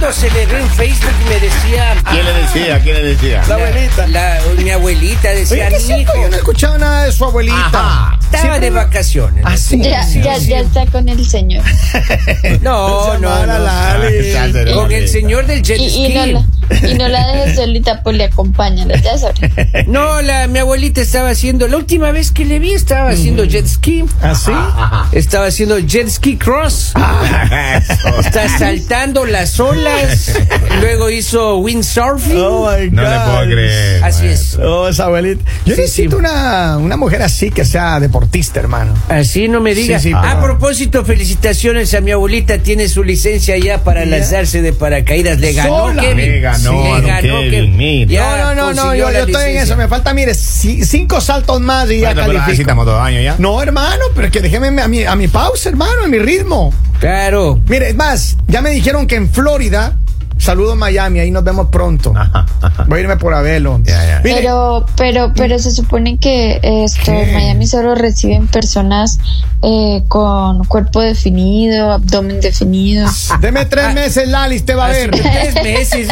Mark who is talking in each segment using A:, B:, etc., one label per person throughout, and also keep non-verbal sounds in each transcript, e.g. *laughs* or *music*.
A: rato se le ve en Facebook y me decía.
B: ¿Quién le decía? ¿Quién le decía?
A: La
C: Ah, abuelita.
A: la- mi abuelita decía,
C: Oye, ¿qué
A: hijo,
C: siento? Yo no he escuchado nada de su abuelita.
B: Ajá.
A: estaba de vacaciones.
C: Así.
D: Ya, ya, ya está con el señor.
A: No, no, no.
B: Ah, Exacto.
A: Con el señor del jet
D: Y, y
A: ski.
D: no la, y no la dejes solita, pues le acompáñala, ya sabrá.
A: No, la, mi abuelita estaba haciendo, la última vez que le vi estaba
C: Mm.
A: haciendo jet ski.
C: ¿Así? Ah.
A: Estaba haciendo jet ski cross. Está saltando las
C: *laughs*
A: olas. Luego hizo windsurfing.
C: Oh my God.
B: No le puedo creer.
A: Así es.
C: Oh, esa abuelita. Yo
A: Sí, sí.
C: necesito Una, una mujer así que sea deportista, hermano.
A: Así no me digas.
C: Sí, sí,
A: a
C: pero-
A: propósito, felicitaciones a mi abuelita. Tiene su licencia ya para lanzarse de paracaídas. Le ganó
C: Sola.
A: Kevin.
B: Le ganó a don Kevin, mira.
A: Ya
C: no, no, no, no,
A: consiguió
C: yo,
A: la
C: yo estoy en
A: licencia.
C: eso. Me falta, mire, ci- cinco saltos más y
B: Bueno,
C: ya
B: pero así
C: califico.
B: estamos dos años ya.
C: No, hermano, pero es que déjeme a mi, a mi pausa, hermano, a mi ritmo.
A: Claro.
C: Mire, es más, ya me dijeron que en Florida, saludo Miami, ahí nos vemos pronto.
B: Ajá, ajá.
C: Voy a irme por Abelo.
B: Ya, ya.
C: Mire,
D: Pero, pero, pero se supone que esto en Miami solo reciben personas eh, con cuerpo definido, abdomen definido.
C: deme tres meses, Lali, te
A: ah,
C: va a ver.
A: Tres
C: *laughs*
A: meses.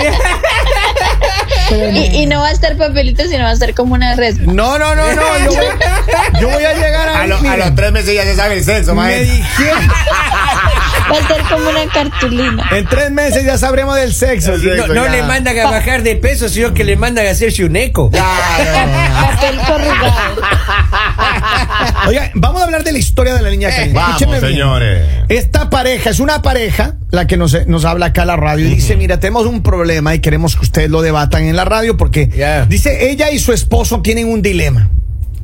D: Y, y no va a estar papelito, sino va a estar como una red.
C: No, no, no, no, yo voy, yo voy a llegar
B: A,
C: ahí,
B: lo- a
C: mire.
B: los tres meses ya se sabe el sexo,
C: me
B: maestro.
C: dijeron,
D: Va a estar como una cartulina.
C: en tres meses ya sabremos del sexo.
B: Sí,
A: No, no
B: ya.
A: le mandan a bajar de peso, sino que le mandan a hacerse un eco.
C: *laughs*
D: Papel corrugado.
C: Oiga, vamos a hablar de la historia de la niña Karina.
B: Eh, Vamos,
C: Escúcheme bien.
B: señores.
C: Esta pareja es una pareja la que nos, nos habla acá a la radio y dice, mira, tenemos un problema y queremos que ustedes lo debatan en la radio porque
A: Yeah.
C: dice, ella y su esposo tienen un dilema.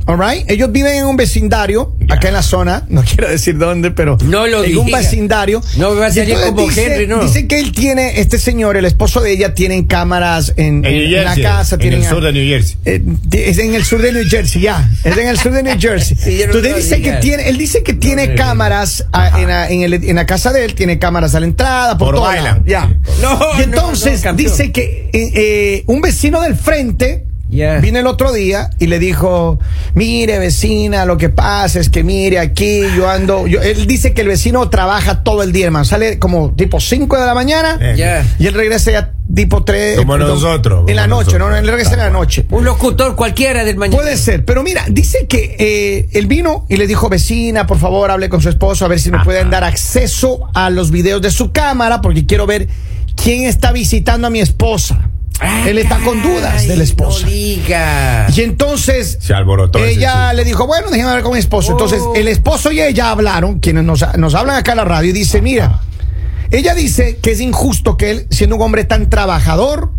C: All right? Ellos viven en un vecindario,
B: Ya.
C: acá en la zona, no quiero decir dónde, pero
A: No lo
C: en un
A: diga.
C: vecindario.
A: No me va a
C: Y
A: salir
C: entonces
A: como Henry, no.
C: Dicen que él tiene, este señor, el esposo de ella, tienen cámaras en,
B: En
C: en-
B: New
C: en la
B: Jersey.
C: casa.
B: en
C: tienen
B: el sur de New Jersey.
C: eh, es en el sur de New Jersey, ya. Es en el
A: *laughs*
C: sur de New Jersey.
A: Sí, yo no
C: Entonces
A: lo
C: dice que
A: digas.
C: tiene, él dice que tiene
A: no, no.
C: cámaras ah, en, la, en el- en la casa de él, tiene cámaras a la entrada, por,
B: Por
C: todo
B: Byland.
C: lado, Ya.
A: No,
C: y
A: Oh, no,
C: entonces
A: no, campeón.
C: dice que eh, eh, un vecino del frente
A: Ya.
C: vino el otro día y le dijo, mire vecina, lo que pasa es que mire aquí, yo ando, yo, él dice que el vecino trabaja todo el día, hermano, sale como tipo 5 de la mañana
B: Eh.
A: Ya.
C: y él regresa ya tipo 3.
B: Como nosotros,
C: En la
B: como
C: noche,
B: nosotros.
C: no, él regresa en la noche.
A: Un locutor cualquiera del mañana.
C: Puede ser, pero mira, dice que eh, él vino y le dijo, vecina, por favor, hable con su esposo a ver si me pueden dar acceso a los videos de su cámara, porque quiero ver quién está visitando a mi esposa.
A: Ah,
C: él está con
A: caray,
C: dudas de la esposa.
A: No diga.
C: Y entonces
B: Se alborotó ese
C: ella
B: chico.
C: le dijo, bueno, déjeme hablar con mi esposo. Entonces
A: Oh.
C: el esposo y ella hablaron, quienes nos, nos hablan acá en la radio, y dice, mira, ella dice que es injusto que él, siendo un hombre tan trabajador,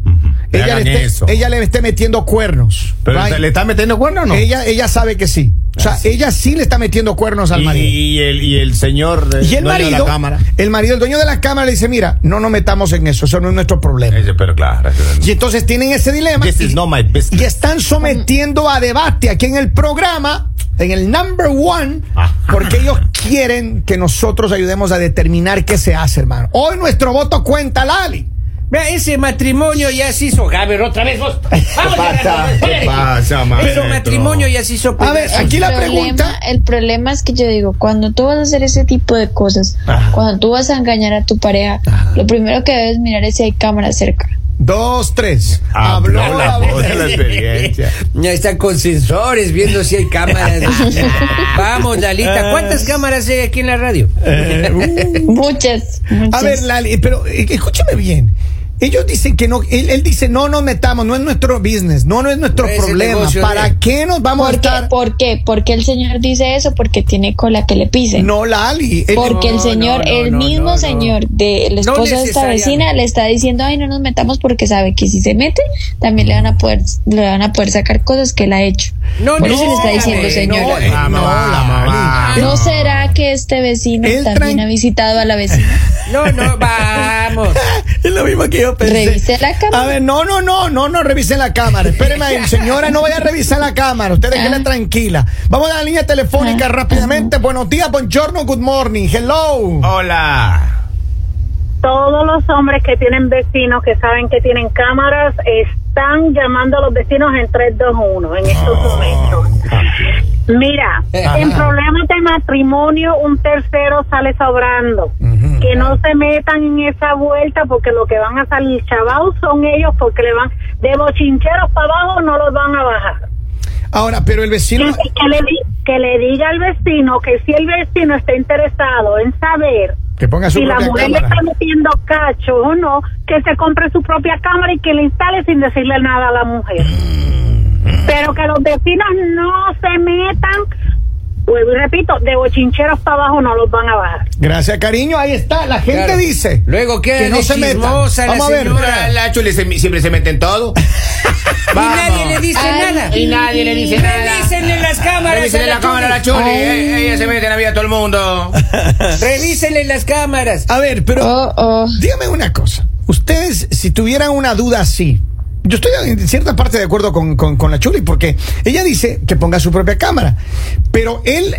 B: Le
C: ella,
B: hagan
C: le
B: eso.
C: esté, ella le esté metiendo cuernos.
B: Pero
C: right?
B: ¿le está metiendo cuerno o no?
C: Ella, ella sabe que sí. O sea, ella sí le está metiendo cuernos al
B: y,
C: marido.
B: y el, y el señor. eh,
C: Y el
B: dueño de
C: marido,
B: La cámara.
C: el marido, el dueño de la cámara le dice, mira, no nos metamos en eso, eso no es nuestro problema.
B: Ese, pero claro.
C: Y entonces tienen ese dilema
B: This
C: y,
B: is not my business.
C: y están sometiendo a debate aquí en el programa, en el number one,
B: Ah.
C: porque ellos quieren que nosotros ayudemos a determinar qué se hace, hermano. Hoy nuestro voto cuenta, Lali.
A: Vea, ese matrimonio ya se hizo. A ver, otra vez vos.
C: *laughs*
A: Vamos,
B: pasa?
A: Gerardo,
B: ¿Qué pasa,
A: Ese
B: maestro?
A: matrimonio ya se hizo.
C: A ver,
A: pedazos.
C: aquí la
D: problema-
C: pregunta...
D: El problema es que yo digo, cuando tú vas a hacer ese tipo de cosas,
C: Ah.
D: cuando tú vas a engañar a tu pareja, lo primero que debes mirar es si hay cámara cerca.
C: *laughs* Dos, tres.
B: Habló la voz de la experiencia.
A: Ya están con sensores viendo si hay *laughs* cámaras. Vamos, Lalita. ¿Cuántas cámaras hay aquí en la radio?
D: Muchas,
C: A
D: muchas.
C: ver, Lali, pero eh, escúchame bien. Ellos dicen que no, él, él dice, no nos metamos, no es nuestro business, no, no es nuestro
A: No es el
C: problema.
A: negocio eh". de
C: ¿Para
A: él.
C: qué nos vamos a
D: ¿Por qué?
C: estar?
D: ¿Por qué? ¿Por qué el señor dice eso? Porque tiene cola que le pisen.
C: No, eh, Lali. él-
D: Porque el
A: No,
D: señor,
A: no, no,
D: el
A: no,
D: mismo
A: no, no.
D: señor del
A: No
D: esposo de esta
A: necesariamente.
D: vecina le está diciendo, ay, no nos metamos porque sabe que si se mete, también le van a poder, le van a poder sacar cosas que él ha hecho.
A: No,
D: Por eso le está
A: necesariamente,
D: diciendo,
C: no,
D: señora.
C: eh, no,
B: Vamos, vamos,
C: Lali.
D: ¿No será que este vecino
C: Ah. Él
D: también
C: tran-
D: ha visitado a la vecina?
A: No, no, vamos.
C: Es lo mismo que yo pensé.
D: Revise la cámara.
C: A ver, no, no, no, no, no revisen la cámara. Espéreme ahí,
D: *laughs*
C: señora, no vaya a revisar la cámara. Usted
D: Ah.
C: déjela tranquila. Vamos a la línea telefónica rápidamente. Buenos días, buongiorno, good morning. Hello.
A: Ah.
B: Hola.
E: Todos los hombres que tienen vecinos que saben que tienen cámaras están llamando a los vecinos en 321 en estos momentos. Mira, en problemas de matrimonio un tercero sale sobrando.
C: Ujú.
E: que no se metan en esa vuelta porque lo que van a salir chavados son ellos porque le van de bochincheros para abajo no los van a bajar.
C: Ahora, pero el
E: Que,
C: vecino.
E: que le, di- que le diga al vecino que si el vecino está interesado en saber
C: Que ponga su
E: si la
C: propia
E: mujer le
C: cámara.
E: está metiendo cacho o no, que se compre su propia cámara y que le instale sin decirle nada a la mujer.
C: Mm,
E: Pero que los vecinos no se metan, vuelvo y repito, de bochincheros para abajo no los van a bajar.
C: Gracias, cariño. Ahí está. La gente
A: Claro.
C: dice.
A: Luego queda
C: que no
A: de
C: se metan.
A: chismosa la
C: Vamos a ver.
A: señora.
B: El Nacho le se- siempre se mete en todo. Vamos.
A: Y nadie le dice
D: Ay,
A: nada.
B: Y nadie le dice nada.
A: Revisen en las cámaras.
B: Revísenle
A: a
B: la cámara a la Chuli.
A: Oh.
B: eh, Ella se mete en la vida a todo el mundo.
A: Chuli. Revísenle las cámaras.
C: A ver, pero
A: Ah.
D: Oh, oh.
C: dígame una cosa. Ustedes, si tuvieran una duda así, yo estoy en cierta parte de acuerdo con, con- con la Chuli, porque ella dice que ponga su propia cámara, pero él,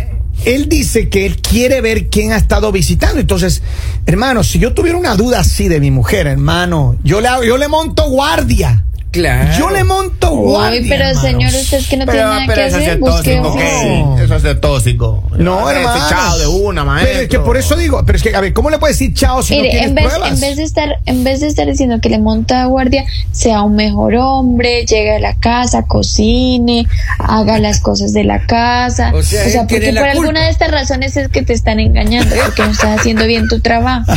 C: él dice que él quiere ver quién ha estado visitando. Entonces, hermano, si yo tuviera una duda así de mi mujer, hermano, yo le, hago- yo le monto guardia.
A: Claro.
C: Yo le monto guardia.
D: Uy, pero
C: hermano.
D: señor, usted es que no tiene nada que
B: eso sí
D: hacer.
B: es
D: Busque un
B: tóxico.
D: fiscal.
B: ¿qué? Eso es de tóxico.
C: No,
B: Ese
C: hermano.
B: Chao de una, maestro.
C: Pero es que por eso digo, pero es que, a ver, ¿cómo le puedes decir chao si no
D: Mire,
C: tienes
D: en vez,
C: pruebas?
D: en vez de estar, en vez de estar diciendo que le monta guardia, sea un mejor hombre, llegue a la casa, cocine, haga las cosas de la casa.
A: O sea, él tiene
D: porque
A: la
D: por
A: culpa.
D: alguna de estas razones es que te están engañando, porque no estás haciendo bien
C: *laughs*
D: tu trabajo.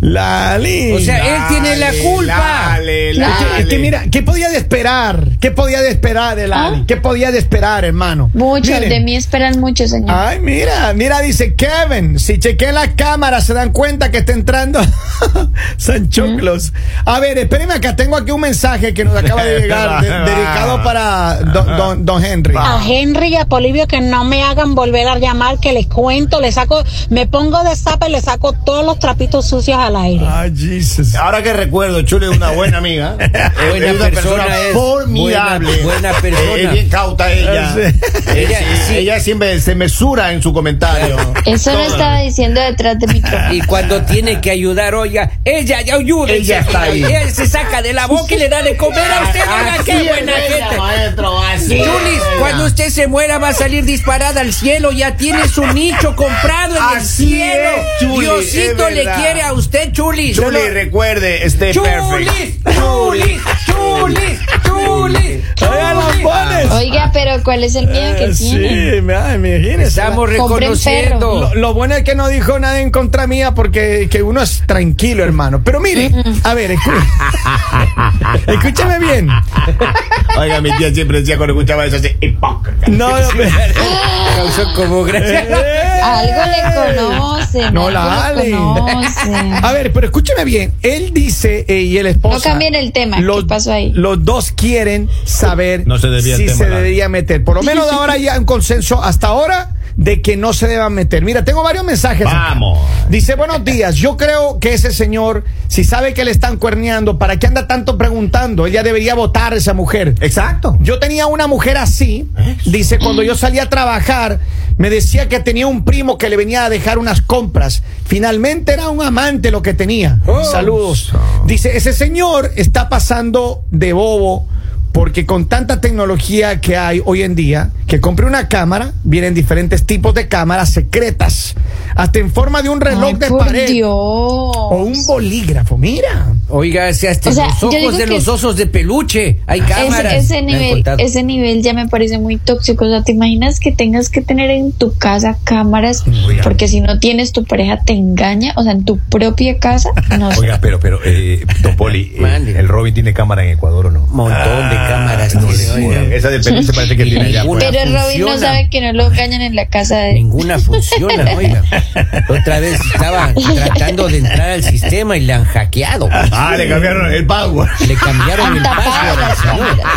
C: Lali.
A: O sea, él tiene la culpa.
B: Dale,
C: Es que-
B: dale.
C: Es que mira, ¿qué podía de esperar? ¿Qué podía de esperar el Ali?
D: ¿Ah?
C: ¿Qué podía de esperar, hermano?
D: Muchos
C: Miren. Ah,
D: de mí esperan mucho, señor.
C: Ay, mira, mira, dice Kevin. Si chequean la cámara, se dan cuenta que está entrando *laughs* Sanchoclos. A ver, espérenme acá. Tengo aquí un mensaje que nos acaba
B: *laughs*
C: de llegar, de- dedicado para don, don- don Henry.
E: A Henry y a Polivio que no me hagan volver a llamar, que les cuento, les saco, me pongo de zapa y le saco todos los trapitos sucios al aire.
C: Ay, Jesus.
B: Ahora que recuerdo, Chuli es una buena amiga. Es
A: *laughs* Buena
B: una persona,
A: persona es.
B: formidable.
A: Buena- buena persona. Ah,
B: Es bien cauta ella.
C: Sí.
B: Ella,
A: Ella- sí.
B: ella siempre se mesura en su comentario.
D: Eso no
B: Toda.
D: estaba diciendo detrás de
C: *laughs*
D: mi micrófono.
A: *laughs* Y cuando tiene que ayudar, oiga, ella ya ayuda.
B: Ella está ahí.
A: Él se saca de la boca y le da de comer a usted. Oiga,
B: Así
A: qué
B: es
A: buena
B: ella,
A: gente.
B: maestro, así
A: Yulis,
B: es ella.
A: cuando usted se muera va a salir disparada al cielo, ya tiene su nicho comprado en
B: Así
A: el cielo.
B: es, Chulis,
A: Diosito
B: es
A: le
B: verdad.
A: quiere a usted, Chulis.
B: Chuli, recuerde, stay perfect.
A: Chulis, Chulis, Chulis, Chulis,
C: Oiga, los
A: Chulis.
C: pones.
D: Oiga, pero ¿cuál es el miedo que
C: Eh,
D: tiene?
C: *laughs* Sí, me- ay, imagínese.
A: Estamos
D: Compren
A: reconociendo.
C: Lo,
D: perro.
C: lo bueno es que no dijo nada en contra mía porque que uno es tranquilo, hermano. Pero mire,
D: Mm.
C: a ver, escu- *laughs* escúchame bien.
B: Oiga, mi tía siempre decía cuando escuchaba eso, así, hipócrita.
D: *laughs*
C: No, no, me-
A: Causó como gracia.
D: Algo le conocen.
C: No la
D: algo
C: Ale.
D: le
C: *laughs*
D: conocen.
C: A ver, pero escúchame bien. Él dice eh, y el esposo.
D: No cambien el tema, ¿qué pasó ahí?
C: Los dos quieren saber
B: No se debía el
C: si
B: tema,
C: se
B: Lali.
C: debería meter. Por lo menos
D: *laughs*
C: de ahora ya un consenso hasta ahora de que no se deban meter. Mira, tengo varios mensajes. acá.
B: Vamos.
C: Dice, buenos días. Yo creo que ese señor, si sabe que le están cuerneando, ¿para qué anda tanto preguntando? Ella debería votar a esa mujer.
B: Exacto.
C: Yo tenía una mujer así, dice, cuando yo salía a trabajar, me decía que tenía un primo que le venía a dejar unas compras. Finalmente era un amante lo que tenía.
A: Oh.
C: Saludos. Dice, ese señor está pasando de bobo porque con tanta tecnología que hay hoy en día, que compre una cámara, vienen diferentes tipos de cámaras secretas, hasta en forma de un reloj
D: Ay,
C: de
D: por
C: pared
D: Dios.
C: o un bolígrafo. Mira.
A: Oiga, se hasta
D: O sea,
A: los
D: yo digo
A: ojos de
D: que-
A: los osos de peluche. Hay cámaras.
D: Ese, ese
A: Me han
D: nivel,
A: contado.
D: ese nivel ya me parece muy tóxico. O sea, ¿te imaginas que tengas que tener en tu casa cámaras?
B: Oiga.
D: Porque si no tienes, tu pareja te engaña. O sea, en tu propia casa, no sé.
F: Oiga, pero, pero, eh, Don
A: *laughs*
F: Poli, eh,
A: Mande.
F: ¿el Robin tiene cámara en Ecuador o no? Ah,
A: Montón de cámaras.
F: No
A: tiene,
F: le
A: oiga.
F: jodas. Esa del peluche parece que tiene allá.
A: Ninguna.
F: pues.
D: Pero Robin
A: funciona.
D: no sabe que no lo engañan en la casa de.
A: Ninguna
D: *laughs*
A: funciona, oiga. Otra vez estaba tratando de entrar al sistema y la han hackeado.
B: Ah, le cambiaron el password.
A: Le cambiaron el
D: Han tapado
A: password. al
D: las
A: señor.
D: cámaras.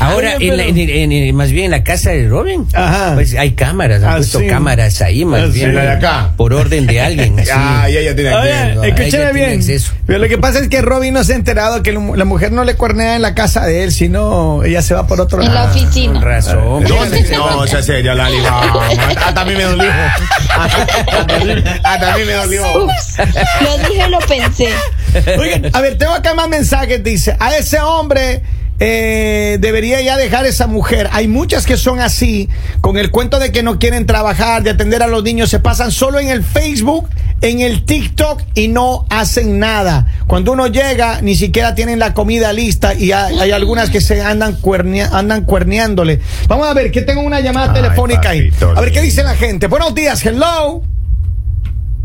A: Ahora, en la- en- en- en- más bien en la casa de Robin,
C: Ajá.
A: pues hay cámaras, han
C: Ah,
A: puesto
C: sí.
A: cámaras ahí, más
C: Ah, sí,
A: bien
B: la de acá.
A: por orden de alguien. así.
B: Ah, ya, ya tiene
C: Oye, eh,
B: acceso.
A: entiendo.
C: escúchame
A: Ella tiene
C: bien.
A: acceso.
C: Pero lo que pasa es que Robin no se ha enterado que lo- la mujer no le cuernea en la casa de él, sino ella se va por otro
D: En la
C: lado.
A: Con
D: oficina.
A: razón.
B: ¿Dónde?
C: *laughs*
B: No, sea serio, Lali. vamos. Hasta a mí me dolió. Hasta a mí me dolió.
D: Ups, lo dije, lo pensé.
C: *laughs* Oigan, a ver, tengo acá más mensajes. Dice, a ese hombre eh, debería ya dejar esa mujer. Hay muchas que son así, con el cuento de que no quieren trabajar, de atender a los niños, se pasan solo en el Facebook, en el TikTok y no hacen nada. Cuando uno llega, ni siquiera tienen la comida lista y ha- hay, algunas que se andan, cuernea- andan cuerneándole. Vamos a ver, que tengo una llamada
F: Ay,
C: telefónica ahí.
F: papito
C: A ver qué
F: lindo.
C: dice la gente. Buenos días, hello.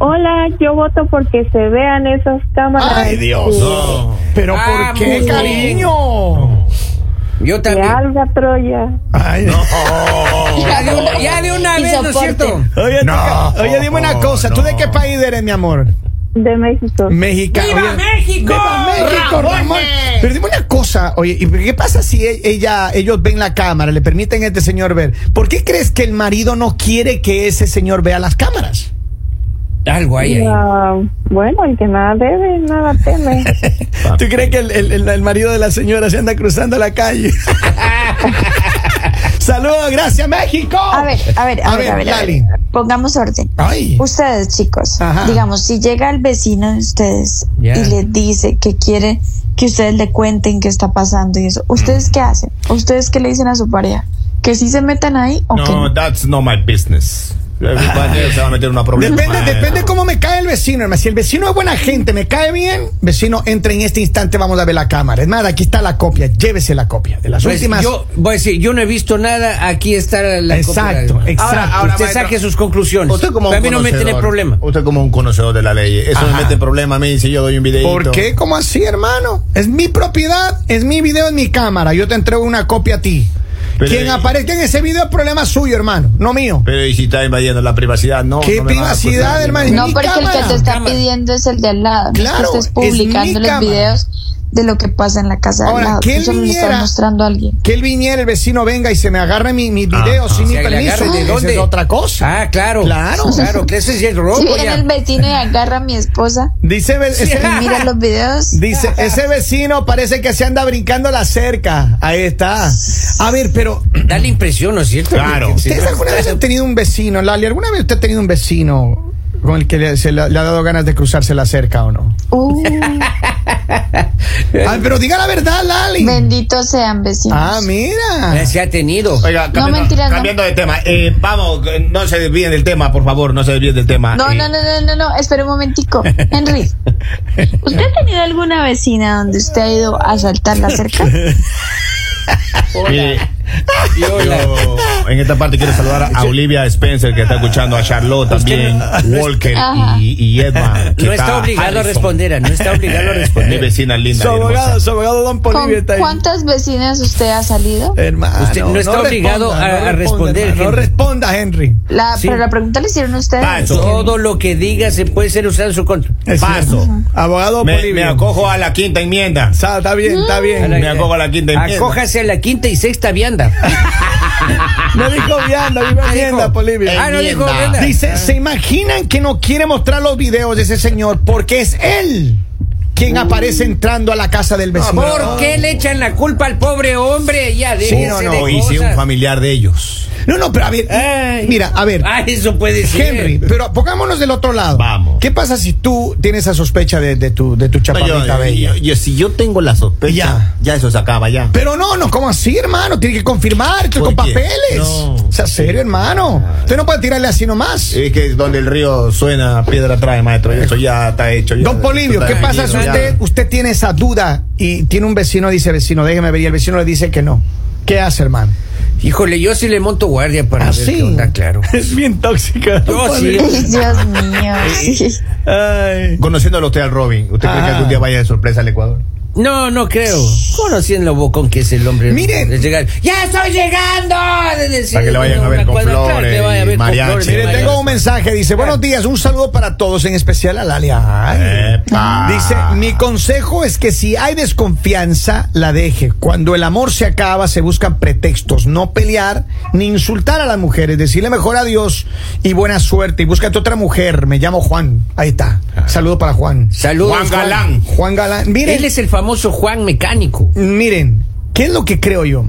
G: Hola, yo voto porque se vean esas cámaras.
C: Ay,
B: Dios.
G: que-
B: No.
C: Pero
A: Ah,
C: ¿por qué,
A: muy bien.
C: cariño?
A: Yo
G: Que
A: también.
G: alga Troya.
C: Ay, no.
A: Ya de una, ya de una
D: Y
A: vez, ¿no es
D: soporte.
A: cierto?
C: Oye,
F: No.
C: toca- oye, dime una cosa. ¿Tú de qué país eres, mi amor?
G: De México.
C: México.
A: ¡Viva
C: oye.
A: México!
C: ¡Viva México,
A: ¡Rajones!
C: Ramón! Pero dime una cosa, oye, ¿y qué pasa si e- ella, ellos ven la cámara, le permiten a este señor ver? ¿Por qué crees que el marido no quiere que ese señor vea las cámaras?
A: Algo ahí, ahí.
G: Ah, bueno, el que nada debe, nada
C: *laughs*
G: teme.
C: ¿Tú crees que el, el- el- el marido de la señora se anda cruzando la
D: *laughs*
C: calle? Saludos, gracias, México.
D: A ver, a ver, a, ver, a ver, a ver.
C: Lali.
D: Pongamos orden.
C: Ay.
D: Ustedes, chicos,
C: Ajá.
D: digamos, si llega el vecino de ustedes
A: Ya.
D: y les dice que quiere que ustedes le cuenten qué está pasando y eso,
C: Mm.
D: ¿ustedes qué hacen? ¿Ustedes qué le dicen a su pareja? ¿Que sí se metan ahí o que
B: No,
D: no?
B: that's not my business. Everybody se va a meter en una problema.
C: Depende, depende cómo me cae el vecino, hermano. Si el vecino es buena gente, me cae bien, vecino, entra en este instante, vamos a ver la cámara. Es más, aquí está la copia, llévese la copia de las
A: Pues,
C: últimas.
A: Yo voy a decir, yo no he visto nada, aquí está la- la
C: Exacto,
A: copia.
C: exacto.
A: Ahora,
B: Ahora,
A: usted
B: maestro,
A: saque sus conclusiones.
B: Usted como un
A: a mí no me
B: conocedor,
A: tiene problema.
B: Usted como un conocedor de la ley. Eso
C: Ajá.
B: me mete en problema a mí si yo doy un video.
C: ¿Por qué? ¿Cómo así, hermano? Es mi propiedad, es mi video, es mi cámara. Yo te entrego una copia a ti.
B: Pero-
A: eh,
C: Quien aparezca en ese video es problema suyo, hermano, no mío.
B: Pero y si está invadiendo la privacidad, no.
C: ¿Qué
B: no me va a
C: privacidad,
B: acusar,
C: hermano?
D: No,
C: mi
D: porque el que
C: cámara,
D: te está
A: cámara.
D: pidiendo es el de al lado. no es que
C: Claro,
D: estés
C: es mi
D: publicando los
C: cámara.
D: videos de lo que pasa en la casa de al
C: Ahora,
D: lado.
C: que él
D: Eso le
C: viniera-
D: estás mostrando a alguien.
C: Que él viniera, el vecino venga y se me agarre mi, mis videos sin
A: Si
C: mi
A: le
C: permiso.
A: agarre, ¿de
C: Esa
A: dónde?
C: es otra cosa.
A: Ah, claro.
C: Claro.
A: Claro, que ese es el robo
D: Si viene
A: ya.
D: el vecino y agarra a mi esposa
C: Dice, ve-
A: Sí.
C: ese-
D: y mira los videos,
A: *laughs*
C: Dice, ese vecino parece que se anda brincando la cerca. Ahí está. A ver, pero
A: Da la impresión, ¿no es cierto?
B: Claro.
A: Que- que-
C: ¿ustedes alguna vez han tenido un vecino, Lali? ¿Alguna vez usted ha tenido un vecino con el que le, se le- le ha dado ganas de cruzarse la cerca o no?
D: uh,
C: Ay, pero diga la verdad, Lali.
D: benditos sean vecinos.
C: Ah, mira.
A: Eh, Se ha tenido.
B: Oiga, cambiando,
D: mentiras, no.
B: cambiando de tema. Eh, vamos, eh, no se desvíen del tema, por favor, no se desvíen del tema.
D: No,
B: Eh,
D: no, no, no, no, no, espera un momentico. Henry, ¿usted ha tenido alguna vecina donde usted ha ido a saltar la cerca?
B: mire,
A: Y hola.
B: yo en esta parte quiero saludar a Olivia Spencer, que está escuchando, a Charlotte también, Walker
D: Ajá.
B: y, y Edma. que
A: No está obligado a
B: Allison.
A: responder, ah, no está *laughs* obligado a
B: Mi
A: responder.
B: vecina linda. y
C: Su abogado,
B: hermosa.
C: su abogado Don
D: ¿Con
C: Polivio está ahí. Eh,
D: cuántas vecinas usted ha salido?
C: Hermano,
A: Usted no está obligado a- a responder,
C: hermano, No
A: Henry.
C: responda, Henry.
D: La,
A: Sí.
D: Pero la pregunta la hicieron ustedes.
B: Paso.
A: Todo lo que diga se puede ser usado en su contra.
C: Es
B: Paso.
C: cierto. Abogado
B: Me,
C: Polivio.
B: me acojo a la quinta enmienda.
C: Sa- Está bien, está
A: Ah,
C: bien.
B: Me acojo a la quinta enmienda.
A: Acójase a la quinta y sexta vianda. *laughs*
C: No dijo vianda, dijo vianda, Polivio.
A: Ah, no dijo
B: Enmienda.
A: vianda.
C: Dice, ¿se imaginan que no quiere mostrar los videos de ese señor porque es él quien aparece entrando a la casa del vecino?
A: ¿Por qué le echan la culpa al pobre hombre? Ya, déjense
C: no,
A: de
B: No, y si un
A: cosas.
B: familiar de ellos.
C: No, no, pero a ver,
A: Ay.
C: mira, a ver,
A: Ah, eso puede ser.
C: Henry, pero pongámonos del otro lado.
B: Vamos.
C: ¿Qué pasa si tú tienes esa sospecha de, de tu, de tu
B: No, yo-
C: chaparrita bella?
B: yo- yo- si yo tengo la sospecha,
C: Ya.
B: ya, eso se acaba ya.
C: Pero no, no, ¿cómo así, hermano? Tiene que confirmar, estoy
B: ¿Por
C: con
B: qué?
C: papeles.
B: No.
C: O sea, serio, hermano. Usted no puede tirarle así nomás.
B: Es que donde el río suena, piedra trae, maestro. Eso ya está hecho. ya.
C: Don Polivio,
B: Eso
C: ¿qué
B: está
C: pasa si
B: definido, ya.
C: usted, usted tiene esa duda y tiene un vecino, dice vecino, déjeme ver, y el vecino le dice que no? ¿Qué hace, hermano?
A: Híjole, yo sí le monto guardia para
C: Ah,
A: ver
C: sí.
A: qué onda, claro.
C: *laughs* Es bien tóxica.
A: Yo sí.
D: *laughs* Ay, Dios mío, sí.
C: Ay.
B: Conociéndolo usted al Robin, ¿usted cree que
C: Ah.
B: algún día vaya de sorpresa al Ecuador?
A: No, no creo. Conociendo bocón que es el hombre.
C: Miren.
A: de llegar. ¡Ya estoy llegando! De decir,
B: Para que le vayan a ver
A: una
B: con
A: cuadra atrás,
B: flores
A: le vaya a
B: y
A: ver con
B: mariachi.
A: flores,
C: Mire,
A: le vaya a
C: tengo
A: ver-
C: un mensaje, dice, buenos días, un saludo para todos, en especial a Lalia. Ay.
B: Epa.
C: Dice, mi consejo es que si hay desconfianza, la deje. Cuando el amor se acaba, se buscan pretextos, no pelear ni insultar a las mujeres, decirle mejor adiós y buena suerte y búscate otra mujer. Me llamo Juan. Ahí está. Saludo para Juan.
A: Saludos.
B: Ah. Juan Galán.
C: Juan Galán. Miren,
A: Él es el famoso Juan mecánico.
C: miren, ¿qué es lo que creo yo?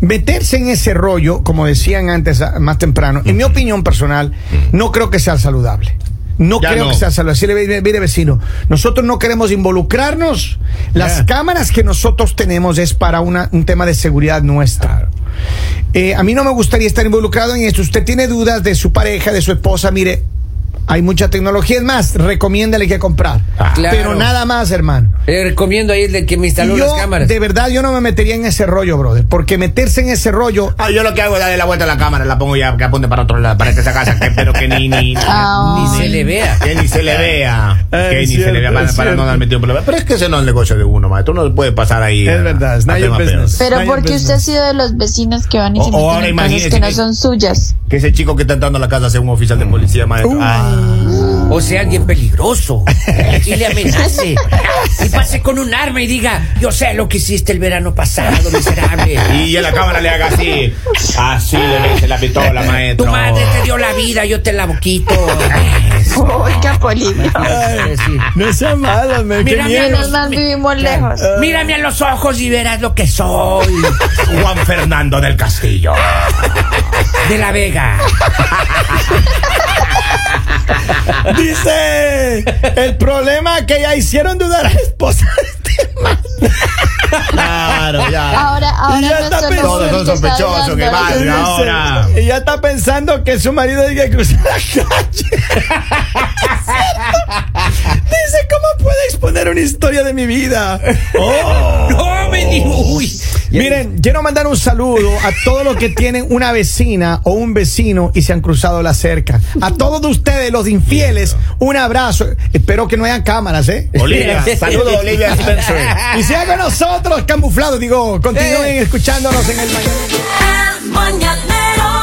C: Meterse en ese rollo, como decían antes, a- más temprano, en mi opinión personal, no creo que sea saludable. No
B: Ya
C: creo
B: no.
C: que sea saludable. Así le ve- ve- mire, vecino, nosotros no queremos involucrarnos. Las
A: Ya.
C: cámaras que nosotros tenemos es para una- un tema de seguridad nuestra. Eh, a mí no me gustaría estar involucrado en esto. Usted tiene dudas de su pareja, de su esposa, mire, Hay mucha tecnología. Es más, recomiéndale que comprar.
B: Ah.
A: Claro.
C: Pero nada más, hermano.
A: Le recomiendo ahí el de que me instaló
C: Yo,
A: las cámaras.
C: de verdad, yo no me metería en ese rollo, brother. Porque meterse en
A: *laughs*
C: ese rollo
B: Ah, yo lo que hago es darle la vuelta a la cámara, la pongo ya que apunte para otro lado, para que esa casa, que, pero que ni, ni,
D: Ah.
A: Ni se le vea.
B: que ni se le *laughs* vea.
C: Ah,
B: que ni
C: es
B: se le
C: cierto,
B: vea para,
C: es
B: para no
C: cierto.
B: dar metido en problemas. Pero es que ese no es el negocio de uno, maestro. Uno puede pasar ahí.
C: Es
B: a-
C: verdad, es
B: a
C: not your
B: temas
C: business.
B: peores.
D: Pero
C: Vaya,
D: porque
C: pues,
D: usted
C: no.
D: ha sido de los vecinos que van y
B: O-
D: se
B: o ahora
D: meten en cosas
B: imagínese
D: que no
B: que-
D: son suyas.
B: Que ese chico que está entrando a la casa sea un oficial de policía, maestro. Ah,
A: O sea, alguien peligroso. Y le *laughs* amenace. Y pase con un arma y diga, yo sé lo que hiciste el verano pasado, miserable. *laughs*
B: y a la cámara le haga así. Así le mete la *laughs* pistola,
A: Tu
B: maestro.
A: madre te dio la vida, yo te la boquito.
D: Oiga, Polibio.
A: Sí.
C: No sea malo, me
A: Mírame a
D: Menos
A: los-
D: mal vivimos lejos.
A: Mírame a los ojos y verás lo que soy.
B: Juan Fernando del Castillo.
A: De la Vega.
C: Dice, el problema es que ya hicieron dudar a la esposa de este man.
B: Claro, ya.
C: Y
D: Ahora,
C: ya
D: ahora
C: está
D: nuestro
C: pensando-
D: novio
B: Todos son
D: que está
B: sospechosos,
D: hablando,
B: que
D: ahora
B: vaya.
D: que-
B: ahora.
C: Y ya está pensando que su marido diga que cruzar la calle. *laughs* Dice, ¿cómo puede exponer una historia de mi vida?
A: No me digo, uy.
C: Miren, quiero mandar un saludo a todos los que tienen una vecina o un vecino y se han cruzado la cerca. A todos de ustedes, los infieles, un abrazo. Espero que no hayan cámaras, ¿eh?
B: Olivia, saludos, Olivia Spencer.
C: Y sean con nosotros camuflados, digo, continúen
A: Eh.
C: escuchándonos en el mañana.
H: El mañanero